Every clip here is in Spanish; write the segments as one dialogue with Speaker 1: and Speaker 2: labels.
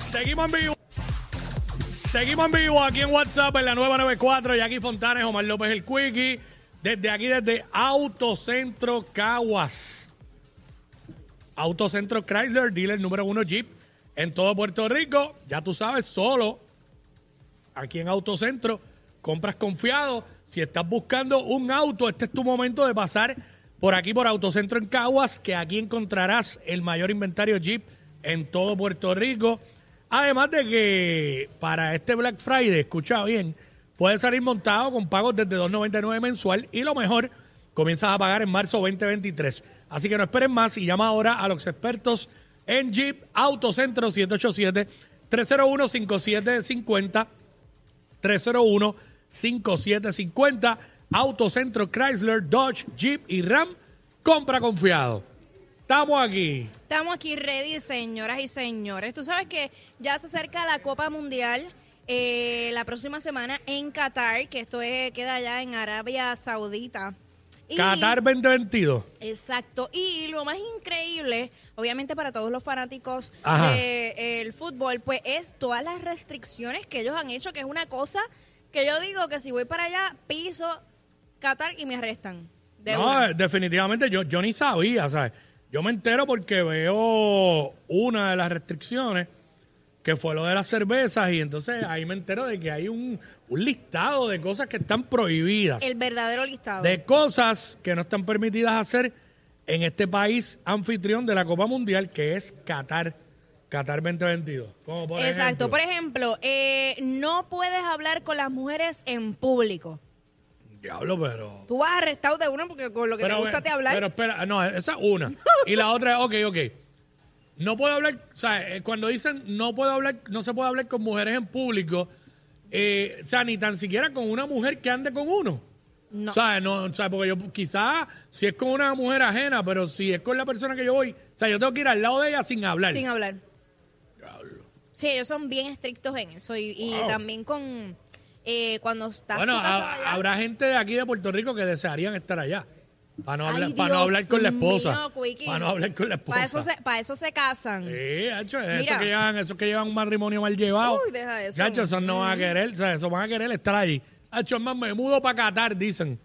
Speaker 1: Seguimos en vivo. Seguimos en vivo aquí en WhatsApp en la nueva 94. Jackie Fontanes, Omar López el Quickie. Desde aquí, desde Autocentro Caguas. Autocentro Chrysler, dealer número uno Jeep en todo Puerto Rico. Ya tú sabes, solo aquí en Autocentro. Compras confiado. Si estás buscando un auto, este es tu momento de pasar por aquí, por Autocentro en Caguas, que aquí encontrarás el mayor inventario Jeep en todo Puerto Rico. Además de que para este Black Friday, escucha bien, puedes salir montado con pagos desde 2.99 mensual y lo mejor, comienzas a pagar en marzo 2023. Así que no esperen más y llama ahora a los expertos en Jeep Autocentro 787 301 5750 301-5750. Autocentro Chrysler, Dodge, Jeep y Ram. Compra confiado. Estamos aquí.
Speaker 2: Estamos aquí ready, señoras y señores. Tú sabes que ya se acerca la Copa Mundial eh, la próxima semana en Qatar, que esto es- queda allá en Arabia Saudita. Y-
Speaker 1: Qatar 2022.
Speaker 2: Exacto. Y lo más increíble, obviamente para todos los fanáticos
Speaker 1: Ajá.
Speaker 2: del fútbol, pues es todas las restricciones que ellos han hecho, que es una cosa que yo digo que si voy para allá, piso Qatar y me arrestan. De
Speaker 1: no,
Speaker 2: una.
Speaker 1: eh, definitivamente yo, yo ni sabía, ¿sabes? Yo me entero porque veo una de las restricciones que fue lo de las cervezas y entonces ahí me entero de que hay un, un listado de cosas que están prohibidas.
Speaker 2: El verdadero listado.
Speaker 1: de cosas que no están permitidas hacer en este país anfitrión de la Copa Mundial, que es Qatar, Qatar 2022. Como por
Speaker 2: Exacto.
Speaker 1: ejemplo,
Speaker 2: Por ejemplo, eh, no puedes hablar con las mujeres en público.
Speaker 1: Diablo, pero...
Speaker 2: Tú vas arrestado de uno porque con lo e- que
Speaker 1: pero
Speaker 2: te gusta
Speaker 1: ve-
Speaker 2: te hablar.
Speaker 1: Pero espera, no, esa es una. Y la otra es, ok, ok. No puedo hablar, o sea, eh, cuando dicen no puedo hablar, no se puede hablar con mujeres en público, eh, o sea, ni tan siquiera con una mujer que ande con uno.
Speaker 2: no.
Speaker 1: ¿Sabes? No, o sea, Porque yo quizás si es con una mujer ajena, pero si es con la persona que yo voy, o sea, yo tengo que ir al lado de ella sin hablar.
Speaker 2: Sin hablar. Sí, ellos son bien estrictos en eso. Y, y
Speaker 1: Wow.
Speaker 2: también con eh, cuando estás
Speaker 1: Bueno,
Speaker 2: tú casado
Speaker 1: ha-
Speaker 2: allá.
Speaker 1: habrá gente de aquí de Puerto Rico que desearían estar allá. Para no
Speaker 2: Ay,
Speaker 1: hablar, para no
Speaker 2: Dios
Speaker 1: hablar con la esposa.
Speaker 2: mío, Quickie.
Speaker 1: para no hablar con la esposa. Eh,
Speaker 2: Para eso se, para eso se casan.
Speaker 1: Sí, hacho, esos
Speaker 2: Mira.
Speaker 1: que, llevan, esos que llevan un matrimonio mal llevado.
Speaker 2: Uy, deja eso. Mm.
Speaker 1: Hacho, esos no van a querer, o sea, esos van a querer estar ahí. Hacho, es más, me mudo para Qatar, dicen.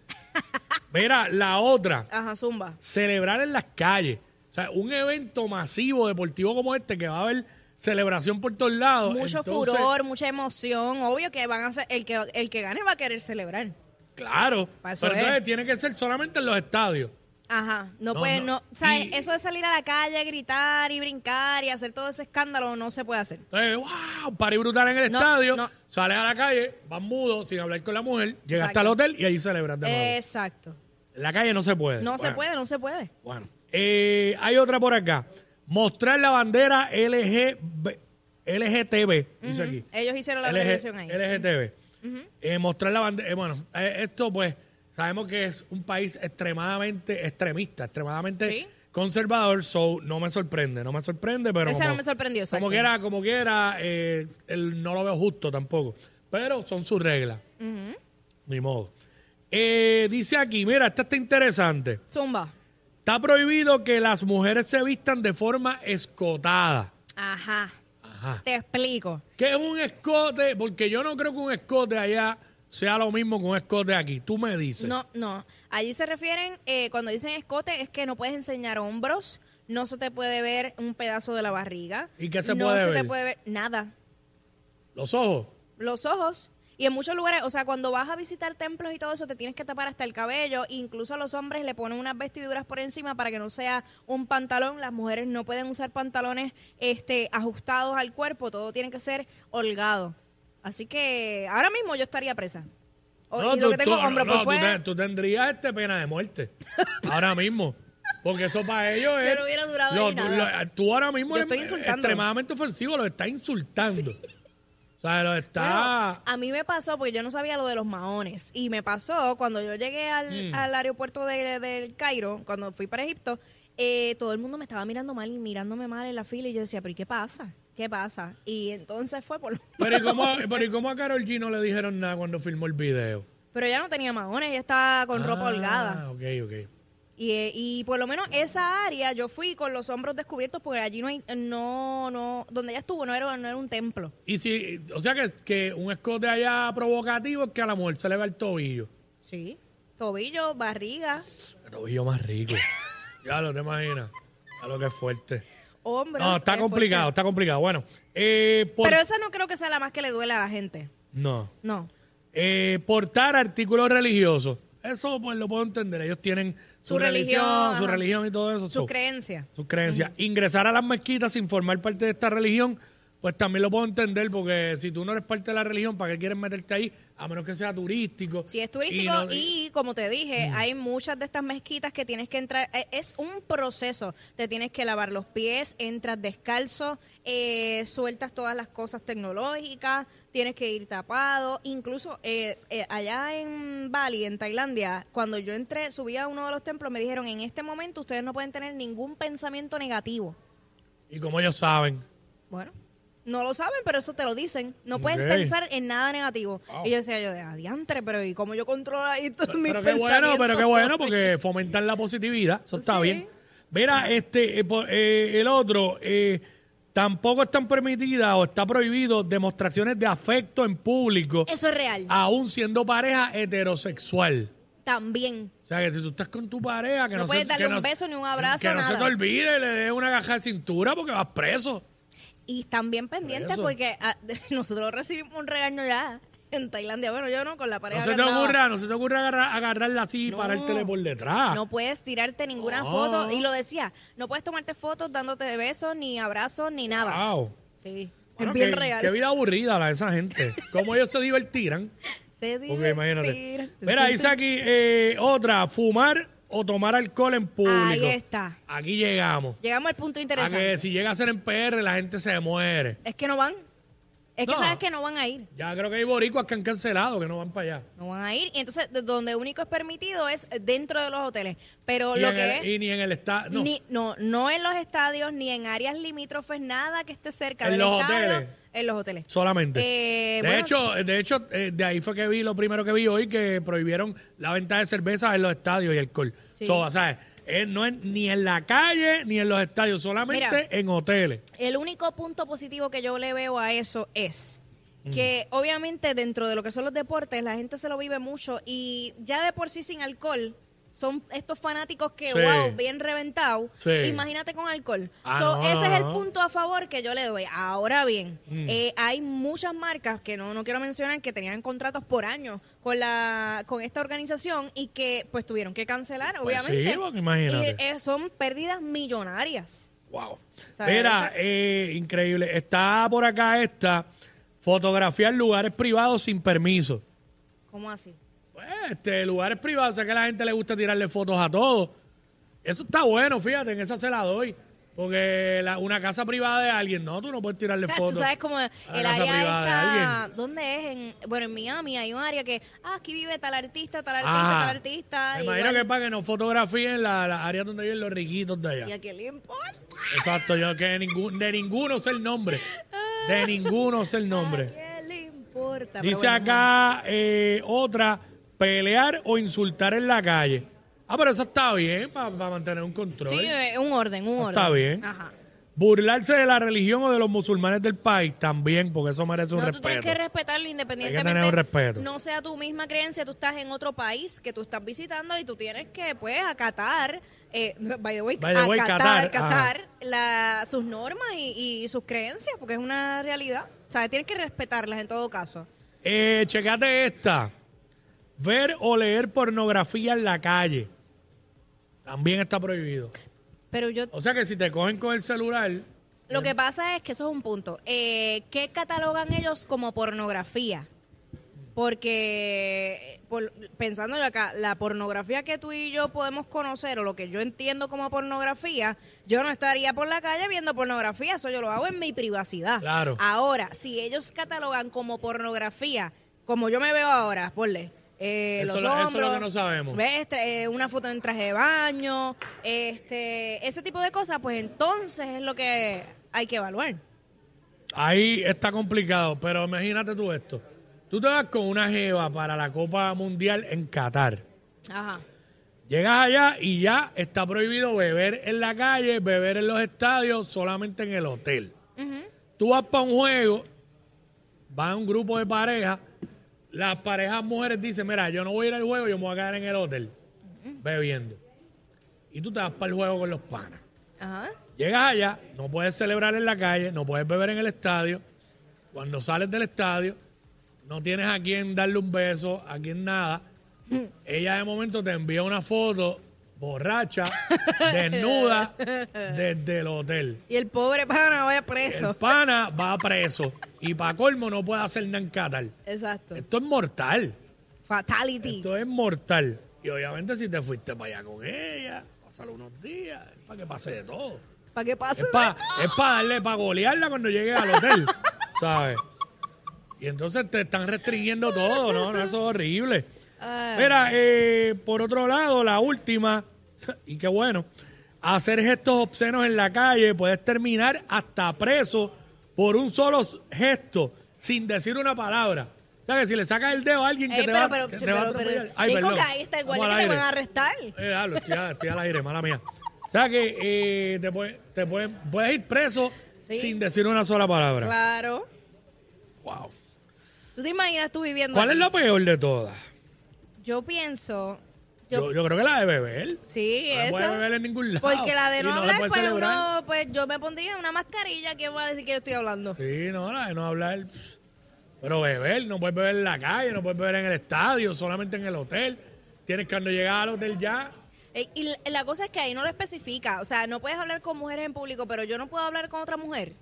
Speaker 1: Mira, la otra,
Speaker 2: Ajá, zumba.
Speaker 1: celebrar en las calles. O sea, un evento masivo deportivo como este que va a haber celebración por todos lados.
Speaker 2: Mucho
Speaker 1: Entonces,
Speaker 2: furor, mucha emoción. Obvio que van a ser- el que el que gane va a querer celebrar.
Speaker 1: Claro.
Speaker 2: Pa' eso
Speaker 1: Pero
Speaker 2: es.
Speaker 1: entonces tiene que ser solamente en los estadios.
Speaker 2: Ajá, no,
Speaker 1: No,
Speaker 2: puede,
Speaker 1: no.
Speaker 2: no, ¿sabes?
Speaker 1: Y-
Speaker 2: Eso de salir a la calle, gritar y brincar y hacer todo ese escándalo no se puede hacer.
Speaker 1: Entonces, wow, party brutal en el
Speaker 2: No,
Speaker 1: estadio.
Speaker 2: no.
Speaker 1: Sales a la calle, vas mudo, sin hablar con la mujer, llegas
Speaker 2: Exacto.
Speaker 1: hasta el hotel y ahí celebras de nuevo.
Speaker 2: Exacto.
Speaker 1: En la calle no se puede.
Speaker 2: No se
Speaker 1: Bueno,
Speaker 2: puede, no se puede.
Speaker 1: Bueno, Eh, hay otra por acá. Mostrar la bandera LGB, LGTB, dice aquí.
Speaker 2: Ellos hicieron la
Speaker 1: LG
Speaker 2: prevención ahí.
Speaker 1: LGTB. Eh, mostrar la bandera. eh, bueno, eh, esto pues sabemos que es un país extremadamente extremista, extremadamente
Speaker 2: Sí.
Speaker 1: conservador, so no me sorprende, no me sorprende, pero.
Speaker 2: Esa
Speaker 1: como-
Speaker 2: no me sorprendió, exacto.
Speaker 1: Como quiera, como quiera, eh, el- no lo veo justo tampoco. Pero son sus reglas. Ni modo. Eh, dice aquí, mira, esta está interesante.
Speaker 2: Zumba.
Speaker 1: Está prohibido que las mujeres se vistan de forma escotada.
Speaker 2: Ajá.
Speaker 1: Ajá.
Speaker 2: Te explico.
Speaker 1: ¿Qué es un escote? Porque yo no creo que un escote allá sea lo mismo que un escote aquí. Tú me dices.
Speaker 2: No, no. Allí se refieren, eh, cuando dicen escote, es que no puedes enseñar hombros, no se te puede ver un pedazo de la barriga.
Speaker 1: ¿Y qué se
Speaker 2: no
Speaker 1: puede
Speaker 2: se
Speaker 1: ver?
Speaker 2: te puede ver nada.
Speaker 1: Los ojos.
Speaker 2: Los ojos. Y en muchos lugares, o sea, cuando vas a visitar templos y todo eso, te tienes que tapar hasta el cabello. Incluso a los hombres le ponen unas vestiduras por encima para que no sea un pantalón. Las mujeres no pueden usar pantalones este, ajustados al cuerpo. Todo tiene que ser holgado. Así que ahora mismo yo estaría presa. O- Oh, y lo que tengo pues hombro
Speaker 1: no,
Speaker 2: por
Speaker 1: tú
Speaker 2: fuera.
Speaker 1: te- tú tendrías este pena de muerte. ahora mismo. Porque eso para ellos es.
Speaker 2: Yo no hubiera durado
Speaker 1: Lo-
Speaker 2: ahí nada.
Speaker 1: lo- tú ahora mismo
Speaker 2: Yo
Speaker 1: eres
Speaker 2: estoy insultándolo.
Speaker 1: extremadamente ofensivo, lo está insultando. O sea, lo está.
Speaker 2: Bueno, a mí me pasó porque yo no sabía lo de los maones. Y me pasó cuando yo llegué
Speaker 1: Mm.
Speaker 2: al, al aeropuerto de- del Cairo, cuando fui para Egipto, eh, todo el mundo me estaba mirando mal y mirándome mal en la fila. Y yo decía, ¿pero y qué pasa? ¿Qué pasa? Y entonces fue por.
Speaker 1: Pero ¿y, cómo, pero ¿y cómo a Carol G no le dijeron nada cuando filmó el video?
Speaker 2: Pero ella no tenía maones, ella estaba con ropa
Speaker 1: Ah,
Speaker 2: holgada.
Speaker 1: Ok, ok.
Speaker 2: Y, eh, y por lo menos esa área yo fui con los hombros descubiertos porque allí no hay, no, no, donde ella estuvo no era, no era un templo.
Speaker 1: Y si, o sea que, que un escote allá provocativo es que a la mujer se le va el tobillo.
Speaker 2: Sí. Tobillo, barriga,
Speaker 1: El tobillo más rico. ya lo te imaginas. A lo que es fuerte.
Speaker 2: hombros.
Speaker 1: No, está
Speaker 2: eh,
Speaker 1: complicado,
Speaker 2: fuerte.
Speaker 1: está complicado. Bueno, eh, por-
Speaker 2: Pero esa no creo que sea la más que le duele a la gente.
Speaker 1: no.
Speaker 2: No.
Speaker 1: Eh, portar artículos religiosos. Eso pues lo puedo entender. Ellos tienen su,
Speaker 2: Su
Speaker 1: religión,
Speaker 2: religión,
Speaker 1: su
Speaker 2: ajá.
Speaker 1: religión y todo eso.
Speaker 2: Sus
Speaker 1: So,
Speaker 2: creencias.
Speaker 1: sus creencias. Ingresar a las mezquitas sin formar parte de esta religión, pues también lo puedo entender, porque si tú no eres parte de la religión, ¿para qué quieres meterte ahí? A menos que sea turístico.
Speaker 2: Si es turístico y,
Speaker 1: no- Mm.
Speaker 2: como te dije, hay muchas de estas mezquitas que tienes que entrar, e- es un proceso, te tienes que lavar los pies, entras descalzo, eh, sueltas todas las cosas tecnológicas, tienes que ir tapado, incluso eh, eh, allá en Bali, en Tailandia, cuando yo entré, subí a uno de los templos, me dijeron, en este momento ustedes no pueden tener ningún pensamiento negativo.
Speaker 1: y como ellos saben.
Speaker 2: Bueno, no lo saben, pero eso te lo dicen. No puedes
Speaker 1: Ok.
Speaker 2: pensar en nada negativo.
Speaker 1: Wow.
Speaker 2: Y yo decía, yo de adiantre, pero ¿y cómo yo controlo ahí todos mis
Speaker 1: Pero qué bueno,
Speaker 2: pensamientos?
Speaker 1: pero qué bueno, porque fomentan la positividad. Eso está
Speaker 2: Sí.
Speaker 1: bien. Mira, este, eh, po- eh, el otro, eh, tampoco están permitidas o está prohibido demostraciones de afecto en público,
Speaker 2: Eso es real.
Speaker 1: aún siendo pareja heterosexual.
Speaker 2: También.
Speaker 1: O sea, que si tú estás con tu pareja, que no,
Speaker 2: No puedes
Speaker 1: se,
Speaker 2: darle
Speaker 1: que
Speaker 2: un beso ni un abrazo,
Speaker 1: Que no se
Speaker 2: nada.
Speaker 1: te olvide y le des una caja de cintura porque vas preso.
Speaker 2: Y están bien pendientes
Speaker 1: eso.
Speaker 2: porque ah, nosotros recibimos un regaño ya en Tailandia. Bueno, yo no, con la pareja.
Speaker 1: No se te
Speaker 2: que andaba.
Speaker 1: ocurra, no se te ocurra agarrar, agarrarla así y
Speaker 2: No.
Speaker 1: parártele por detrás.
Speaker 2: No puedes tirarte ninguna
Speaker 1: No.
Speaker 2: foto. Y lo decía, no puedes tomarte fotos dándote besos, ni abrazos, ni nada.
Speaker 1: Wow.
Speaker 2: Sí.
Speaker 1: Ah. Bueno,
Speaker 2: es bien
Speaker 1: qué,
Speaker 2: real.
Speaker 1: qué vida aburrida la de esa gente. Cómo ellos se divertirán.
Speaker 2: Se
Speaker 1: Porque imagínate.
Speaker 2: divertir.
Speaker 1: Mira, dice aquí eh, otra, fumar o tomar alcohol en público.
Speaker 2: Ahí está.
Speaker 1: Aquí llegamos.
Speaker 2: Llegamos al punto
Speaker 1: A
Speaker 2: interesante.
Speaker 1: que si llega a ser en PR la gente se muere.
Speaker 2: Es que no van. Es
Speaker 1: No.
Speaker 2: que sabes que no van a ir.
Speaker 1: Ya creo que hay boricuas que han cancelado, que no van para allá.
Speaker 2: No van a ir. Y entonces, de- donde único es permitido es dentro de los hoteles. Pero
Speaker 1: Y,
Speaker 2: lo
Speaker 1: en
Speaker 2: que
Speaker 1: el-
Speaker 2: es.
Speaker 1: y ni en el estado. No.
Speaker 2: Ni, no, no en los estadios, ni en áreas limítrofes, nada que esté cerca
Speaker 1: En
Speaker 2: del
Speaker 1: los
Speaker 2: estadio.
Speaker 1: hoteles.
Speaker 2: En los hoteles.
Speaker 1: Solamente.
Speaker 2: Eh,
Speaker 1: de,
Speaker 2: bueno.
Speaker 1: hecho, de hecho, eh, de ahí fue que vi lo primero que vi hoy, que prohibieron la venta de cerveza en los estadios y alcohol.
Speaker 2: Sí.
Speaker 1: So, o sea, eh, no es ni en la calle ni en los estadios, solamente
Speaker 2: Mira.
Speaker 1: en hoteles.
Speaker 2: El único punto positivo que yo le veo a eso es
Speaker 1: Mm.
Speaker 2: que obviamente dentro de lo que son los deportes la gente se lo vive mucho y ya de por sí sin alcohol son estos fanáticos que,
Speaker 1: Sí.
Speaker 2: wow, bien reventados.
Speaker 1: Sí.
Speaker 2: Imagínate con alcohol.
Speaker 1: Ah,
Speaker 2: So,
Speaker 1: no,
Speaker 2: ese
Speaker 1: no,
Speaker 2: es el
Speaker 1: no. Mm.
Speaker 2: punto a favor que yo le doy. Ahora bien, eh, hay muchas marcas que no, no quiero mencionar que tenían contratos por años con la con esta organización y que pues tuvieron que cancelar,
Speaker 1: Pues sí,
Speaker 2: obviamente.
Speaker 1: porque imagínate.
Speaker 2: Y, eh, son pérdidas millonarias.
Speaker 1: Wow.
Speaker 2: sea,
Speaker 1: Mira,
Speaker 2: está-
Speaker 1: eh, increíble. Está por acá esta, fotografiar lugares privados sin permiso.
Speaker 2: ¿Cómo así?
Speaker 1: Pues, este, lugares privados, sé que a la gente le gusta tirarle fotos a todos. Eso está bueno, fíjate, en esa se la doy. Porque la- una casa privada de alguien, no, tú no puedes tirarle
Speaker 2: Claro,
Speaker 1: fotos.
Speaker 2: Tú sabes como el
Speaker 1: a Ah, la casa privada de
Speaker 2: área
Speaker 1: alguien.
Speaker 2: está, ¿dónde es? En, bueno, en Miami hay un área que, ah, aquí vive tal artista, tal artista,
Speaker 1: Ajá.
Speaker 2: tal artista.
Speaker 1: Me
Speaker 2: y
Speaker 1: imagino que
Speaker 2: igual-
Speaker 1: es para que no fotografíen la, la área donde viven los riquitos de allá.
Speaker 2: ¿Y a qué le importa?
Speaker 1: Exacto, yo que de, ningún- de ninguno sé el nombre. De ninguno sé el nombre.
Speaker 2: ¿A qué le importa? Ah, Pero
Speaker 1: Dice
Speaker 2: bueno,
Speaker 1: acá eh, otra, pelear o insultar en la calle. Ah, pero eso está bien para mantener un control.
Speaker 2: Sí, Ah. eh, un orden, un orden.
Speaker 1: Ah, Está bien.
Speaker 2: Ajá.
Speaker 1: Burlarse de la religión o de los musulmanes del país también, porque eso merece un
Speaker 2: No, tú tienes
Speaker 1: respeto.
Speaker 2: que respetarlo independientemente.
Speaker 1: Hay que tener un respeto.
Speaker 2: No sea tu misma creencia, tú estás en otro país que tú estás visitando y tú tienes que, pues, acatar, eh, by the way,
Speaker 1: By the way, Qatar,
Speaker 2: acatar, acatar la- sus normas y, y sus creencias, porque es una realidad. O sea, tienes que respetarlas en todo caso.
Speaker 1: Eh, checate esta. Ver o leer pornografía en la calle. También está prohibido.
Speaker 2: Pero yo,
Speaker 1: O sea que si te cogen con el celular,
Speaker 2: lo que pasa es que eso es un punto. Eh, ¿Qué catalogan ellos como pornografía? Porque, por, pensándolo acá, la pornografía que tú y yo podemos conocer o lo que yo entiendo como pornografía, yo no estaría por la calle viendo pornografía, eso yo lo hago en mi privacidad.
Speaker 1: Claro.
Speaker 2: Ahora, si ellos catalogan como pornografía, como yo me veo ahora, ponle. eh,
Speaker 1: Eso
Speaker 2: los
Speaker 1: lo- eso es lo
Speaker 2: hombros,
Speaker 1: que no sabemos.
Speaker 2: ¿ves? Tra- eh, una foto en traje de baño, este, ese tipo de cosas, pues entonces es lo que hay que evaluar.
Speaker 1: ahí está complicado. Pero imagínate tú esto. Tú te vas con una jeva para la Copa Mundial en Qatar.
Speaker 2: Ajá.
Speaker 1: Llegas allá y ya está prohibido beber en la calle, beber en los estadios, solamente en el hotel. Tú vas para un juego, va un grupo de parejas, las parejas mujeres dicen, mira, yo no voy a ir al juego, yo me voy a quedar en el hotel bebiendo. Y tú te vas para el juego con los panas.
Speaker 2: Ajá.
Speaker 1: Llegas allá, no puedes celebrar en la calle, no puedes beber en el estadio. Cuando sales del estadio, no tienes a quien darle un beso, a quien nada. Ella de momento te envía una foto borracha, desnuda, desde el hotel.
Speaker 2: Y el pobre pana vaya
Speaker 1: El
Speaker 2: preso.
Speaker 1: pana va preso y para colmo no puede hacer nada en Qatar.
Speaker 2: Exacto.
Speaker 1: Esto es mortal.
Speaker 2: Fatality.
Speaker 1: Esto es mortal. Y obviamente si te fuiste para allá con ella, pásale unos días, es para que pase de todo.
Speaker 2: ¿Para qué pasa?
Speaker 1: Es para darle, para golearla cuando llegue al hotel, ¿sabes? Y entonces te están restringiendo todo, ¿no? No, eso es horrible.
Speaker 2: Ah.
Speaker 1: Mira, eh, por otro lado, la última, y qué bueno, hacer gestos obscenos en la calle puedes terminar hasta preso por un solo gesto, sin decir una palabra. O sea, que si le sacas el dedo a alguien que
Speaker 2: Ey,
Speaker 1: te
Speaker 2: pero,
Speaker 1: va,
Speaker 2: pero,
Speaker 1: que te va a
Speaker 2: pero, pero,
Speaker 1: atropellar. Ay,
Speaker 2: chico,
Speaker 1: perdón.
Speaker 2: que ahí está el
Speaker 1: Vamos
Speaker 2: guardia
Speaker 1: al
Speaker 2: que te van
Speaker 1: aire.
Speaker 2: a arrestar.
Speaker 1: Eh, hablo, estoy, a- estoy al aire, mala mía. O sea que eh, te, puede- te puede- puedes ir preso
Speaker 2: Sí.
Speaker 1: sin decir una sola palabra.
Speaker 2: Claro.
Speaker 1: Wow.
Speaker 2: ¿Tú te imaginas tú viviendo?
Speaker 1: ¿Cuál es
Speaker 2: aquí?
Speaker 1: la peor de todas?
Speaker 2: Yo pienso. Yo,
Speaker 1: Yo, yo creo que la de beber.
Speaker 2: sí,
Speaker 1: No se
Speaker 2: eso.
Speaker 1: puede beber en ningún lado.
Speaker 2: Porque la de
Speaker 1: Y
Speaker 2: no,
Speaker 1: se
Speaker 2: hablar,
Speaker 1: puede
Speaker 2: pues
Speaker 1: celebrar.
Speaker 2: uno, pues yo me pondría una mascarilla. ¿Quién va a decir que yo estoy hablando?
Speaker 1: Sí, no, la de no hablar. pff. Pero beber, no puedes beber en la calle, no puedes beber en el estadio, solamente en el hotel. Tienes que cuando llegas al hotel ya.
Speaker 2: Eh, Y la- la cosa es que ahí no lo especifica. O sea, no puedes hablar con mujeres en público, pero yo no puedo hablar con otra mujer.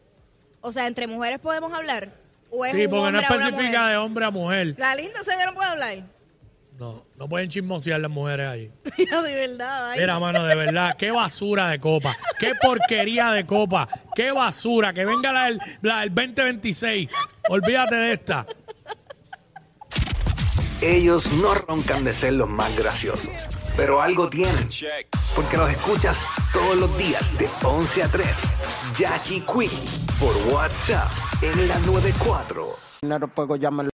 Speaker 2: O sea, entre mujeres podemos hablar. O es
Speaker 1: sí,
Speaker 2: Pues un
Speaker 1: porque no
Speaker 2: hombre a una
Speaker 1: especifica
Speaker 2: mujer.
Speaker 1: de hombre a mujer.
Speaker 2: La linda se ve, no puede hablar.
Speaker 1: No, no pueden chismosear las mujeres ahí.
Speaker 2: Mira, de verdad, ay.
Speaker 1: Mira, mano, de verdad, qué basura de copa, qué porquería de copa, qué basura, que venga la del, la del 2026, olvídate de esta.
Speaker 3: Ellos no roncan de ser los más graciosos, pero algo tienen, porque los escuchas todos los días de 11 a 3. Jackie Quinn por WhatsApp en la 94.
Speaker 4: Dinero, fuego, llámalo.